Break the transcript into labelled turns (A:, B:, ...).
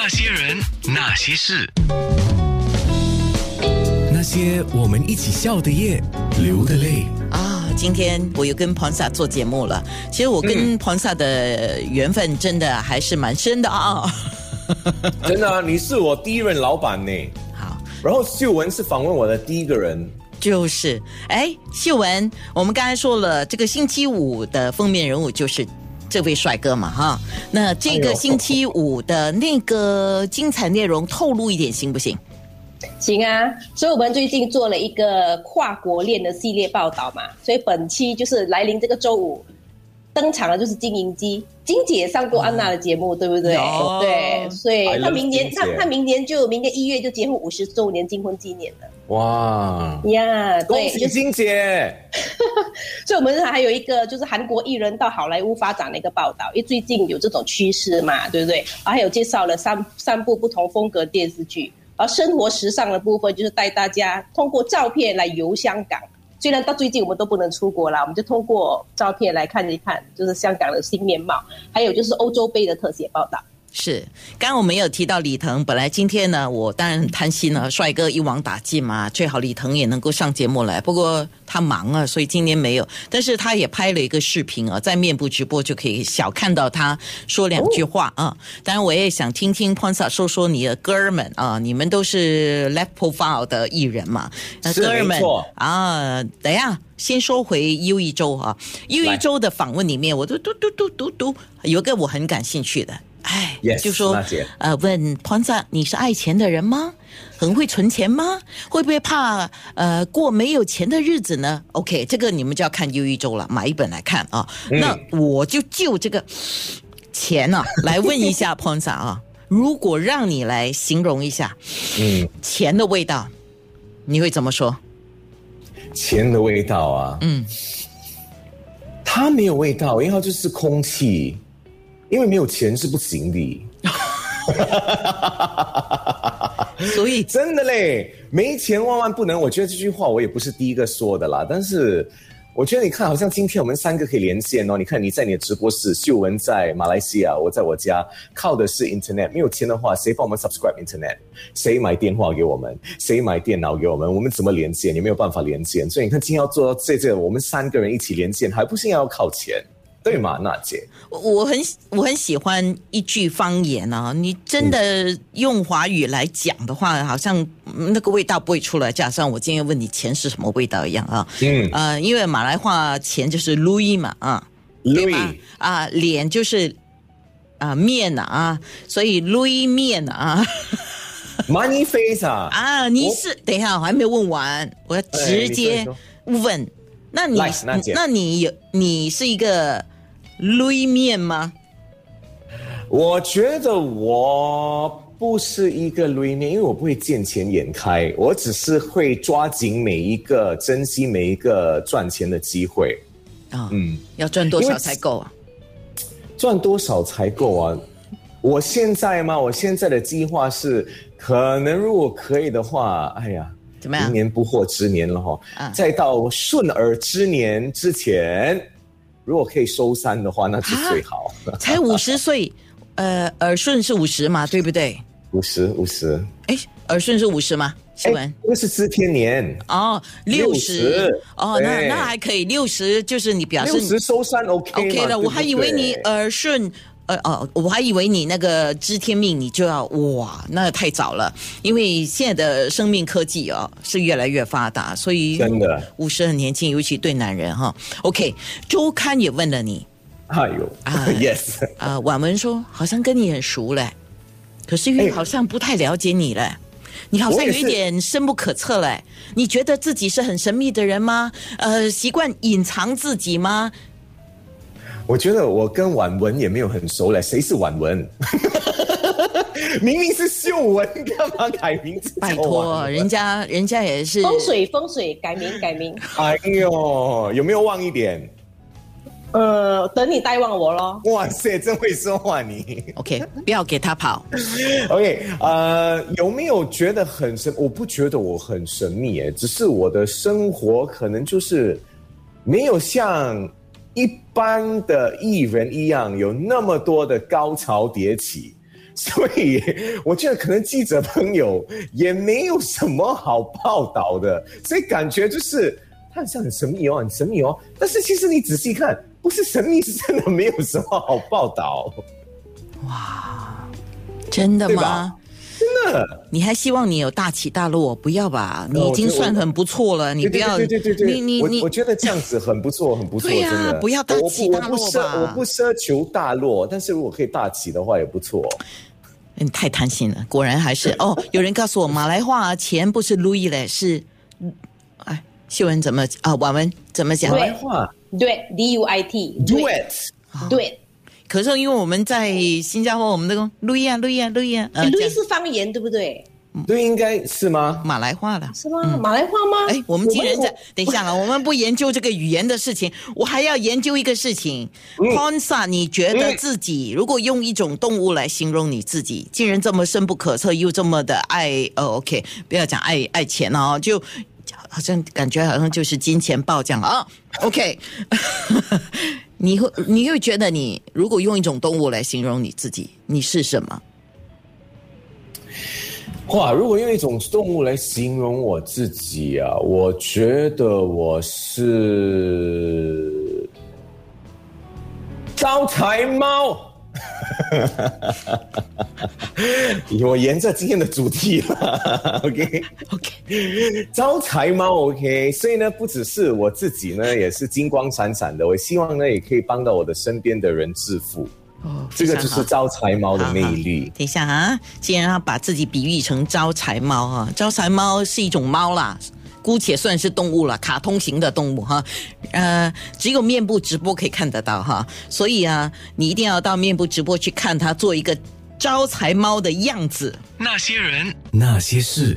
A: 那些人，那些事，
B: 那些我们一起笑的夜，流的泪。
C: 啊，今天我又跟彭萨做节目了。其实我跟
D: 嗯
C: 彭萨的缘分真的还是蛮深的啊、
D: 真的啊，你是我第一任老板呢。
C: 好，
D: 然后秀文是访问我的第一个人，
C: 就是哎，秀文，我们刚才说了，这个星期五的封面人物就是这位帅哥嘛，哈。那这
D: 哎
C: 个
D: 呦
C: 星期五的那个精彩内容透露一点行不行？
E: 行啊，所以我们最近做了一个跨国恋的系列报道嘛，所以本期就是来临这个周五登场的就是金银姬，金姐上过安娜的节目，对不对
C: 有？
E: 对，所以
D: I love
E: 她明年
D: 金姐
E: 她她明年就明年一月就结婚五十周年金婚纪念了
D: 哇！
E: 呀
D: 恭
E: 对，
D: 喜
E: 就是
D: 金姐，
E: 所以我们还有一个就是韩国艺人到好莱坞发展的一个报道，因为最近有这种趋势嘛，对不对？然后还有介绍了三三部不同风格电视剧，而生活时尚的部分就是带大家通过照片来游香港。虽然到最近我们都不能出国啦，我们就通过照片来看一看，就是香港的新面貌，还有就是欧洲杯的特写报道。
C: 是，刚刚我们有提到李腾，本来今天呢，我当然很贪心了，帅哥一网打尽嘛，最好李腾也能够上节目来。不过他忙啊，所以今天没有。但是他也拍了一个视频啊，在面部直播就可以小看到他说两句话
D: 哦
C: 啊。当然，我也想听听 Ponsa 说说你的哥们啊，你们都是 left profile 的艺人嘛，那
D: 是
C: 哥们
D: 没错
C: 啊，等一下。先说回优一周啊，优一
D: 来
C: 周的访问里面，我都嘟嘟嘟嘟嘟，有一个我很感兴趣的，哎，
D: Yes，
C: 就说
D: 娜姐
C: 呃，问 p o n z a 你是爱钱的人吗？很会存钱吗？会不会怕呃过没有钱的日子呢？OK，这个你们就要看《忧郁周》了，买一本来看啊。那我就就这个钱啊来问一下 p o n z a 啊，如果让你来形容一下
D: 嗯，
C: 钱的味道，你会怎么说？
D: 钱的味道啊，
C: 嗯，
D: 它没有味道，因为它就是空气，因为没有钱是不行的。
C: 所以
D: 真的嘞，没钱万万不能。我觉得这句话我也不是第一个说的啦，但是我觉得你看，好像今天我们三个可以连线哦。你看你在你的直播室，秀文在马来西亚，我在我家，靠的是 internet。没有钱的话，谁帮我们 subscribe internet？谁买电话给我们？谁买电脑给我们？我们怎么连线？也没有办法连线。所以你看，今天要做到这这，我们三个人一起连线，还不是要靠钱？对吗，娜姐？
C: 我我很我很喜欢一句方言啊，你真的用华语来讲的话，好像嗯那个味道不会出来。加上我今天问你钱是什么味道一样啊，
D: 嗯
C: 呃，因为马来话钱就是 lui 嘛啊，对吧
D: ，Louis，？
C: 啊，脸就是啊面啊，所以 lui 面啊
D: money face 啊，
C: 啊，你是等一下我还没有问完，我要直接
D: 哎你说
C: 问，那你
D: 来娜姐
C: 那你有你是一个 lui 面吗？
D: 我觉得我不是一个 l 面，因为我不会见钱眼开，我只是会抓紧每一个、珍惜每一个赚钱的机会。
C: 啊，
D: 嗯，
C: 要赚多
D: 因
C: 少
D: 为
C: 才够啊？
D: 赚多少才够啊？我现在嘛，我现在的计划是，可能如果可以的话，哎呀，
C: 怎么样
D: 明年不惑之年了哈、
C: 啊
D: 再到顺耳之年之前，如果可以收山的话，那是
C: 啊
D: 最好。
C: 才五十岁，呃，耳顺是五十嘛，对不对？
D: 五十，五十，
C: 哎，耳顺是五十吗？希文
D: 哎，那是知天年。
C: 哦，六十
D: 60
C: 哦，那
D: 对
C: 那还可以，六十就是你表示
D: 六十收山 OK 嘛
C: OK
D: 对
C: 了。
D: 不
C: 我还以为你
D: 对
C: 耳顺。呃哦，我还以为你那个知天命，你就要哇，那太早了，因为现在的生命科技哦是越来越发达，所以
D: 真的
C: 五十很年轻，尤其对男人哈。OK，周刊也问了你，
D: 哎呦、
C: 啊
D: yes，
C: 啊，婉文说好像跟你很熟嘞，可是又
D: 哎
C: 好像不太了解你嘞。你好像
D: 我也
C: 有
D: 是
C: 一点深不可测嘞，你觉得自己是很神秘的人吗？呃，习惯隐藏自己吗？
D: 我觉得我跟婉文也没有很熟嘞，谁是婉文？ 明明是秀文，干嘛改名字？
C: 拜托，人家人家也是
E: 风水风水改名改名，
D: 哎呦，有没有忘一点？
E: 呃，等你带旺我咯。
D: 哇塞，真会说话你。
C: OK，不要给他跑。
D: OK，呃，有没有觉得很神？我不觉得我很神秘耶，只是我的生活可能就是没有像一般的艺人一样有那么多的高潮迭起， 所以我觉得可能记者朋友也没有什么好报道的，所以感觉就是它好像很神秘哦，很神秘哦。但是其实你仔细看，不是神秘，是真的没有什么好报道，
C: 真的
D: 对
C: 吗
D: 吧？真的。哦
C: 你还希望你有大起大落？不要吧，
D: 我
C: 你已经
D: 觉得
C: 算
D: 我
C: 很不错了，你
D: 对
C: 不要，
D: 对对对对
C: 你
D: 对，
C: 你
D: 我
C: 你
D: 我觉得这样子很不错，很不错，
C: 对呀
D: 真的。
C: 不要大
D: 我
C: 起大
D: 我不
C: 落
D: 奢
C: 吧
D: 我不奢求大落，但是如果可以大起的话也不错。
C: 你太贪心了，果然还是哦。有人告诉我，马来话啊钱不是 Louis 嘞，是哎，秀文怎么啊？婉文怎么讲
D: 马？来话
E: duet d u i t
D: duet，
E: duet
C: 可是因为我们在新加坡，我们那个 Louis 啊 Louis 啊 Louis 啊，呃，
E: l
C: 这
E: u
C: 样
E: 哎是方言对不对？
D: 对，应该是吗？
C: 马来话了。
E: 是吗？马来话吗？
C: 哎，我们既然在
E: 我
C: 等一下啊了，我们不研究这个语言的事情，我还要研究一个事情。p o n s a 你觉得自己如果用一种动物来形容你自己，竟然这么深不可测，又这么的爱，呃，OK，不要讲爱爱钱了哦，就好像感觉好像就是金钱豹这样啊。OK，你会你会觉得你如果用一种动物来形容你自己，你是什么？
D: 哇，如果用一种动物来形容我自己啊，我觉得我是招财猫。 我沿着今天的主题了 ，OK。
C: OK，
D: 招财猫，OK，所以呢，不只是我自己呢，也是金光闪闪的。我希望呢，也可以帮到我的身边的人致富，
C: 哦，
D: 这个就
C: 非常
D: 是
C: 好
D: 招财猫的魅力。
C: 等一下啊，既然他把自己比喻成招财猫啊，招财猫是一种猫啦，姑且算是动物啦，卡通型的动物哈。呃，只有面部直播可以看得到哈，所以啊，你一定要到面部直播去看它做一个招财猫的样子。
A: 那些人。
B: 那些事。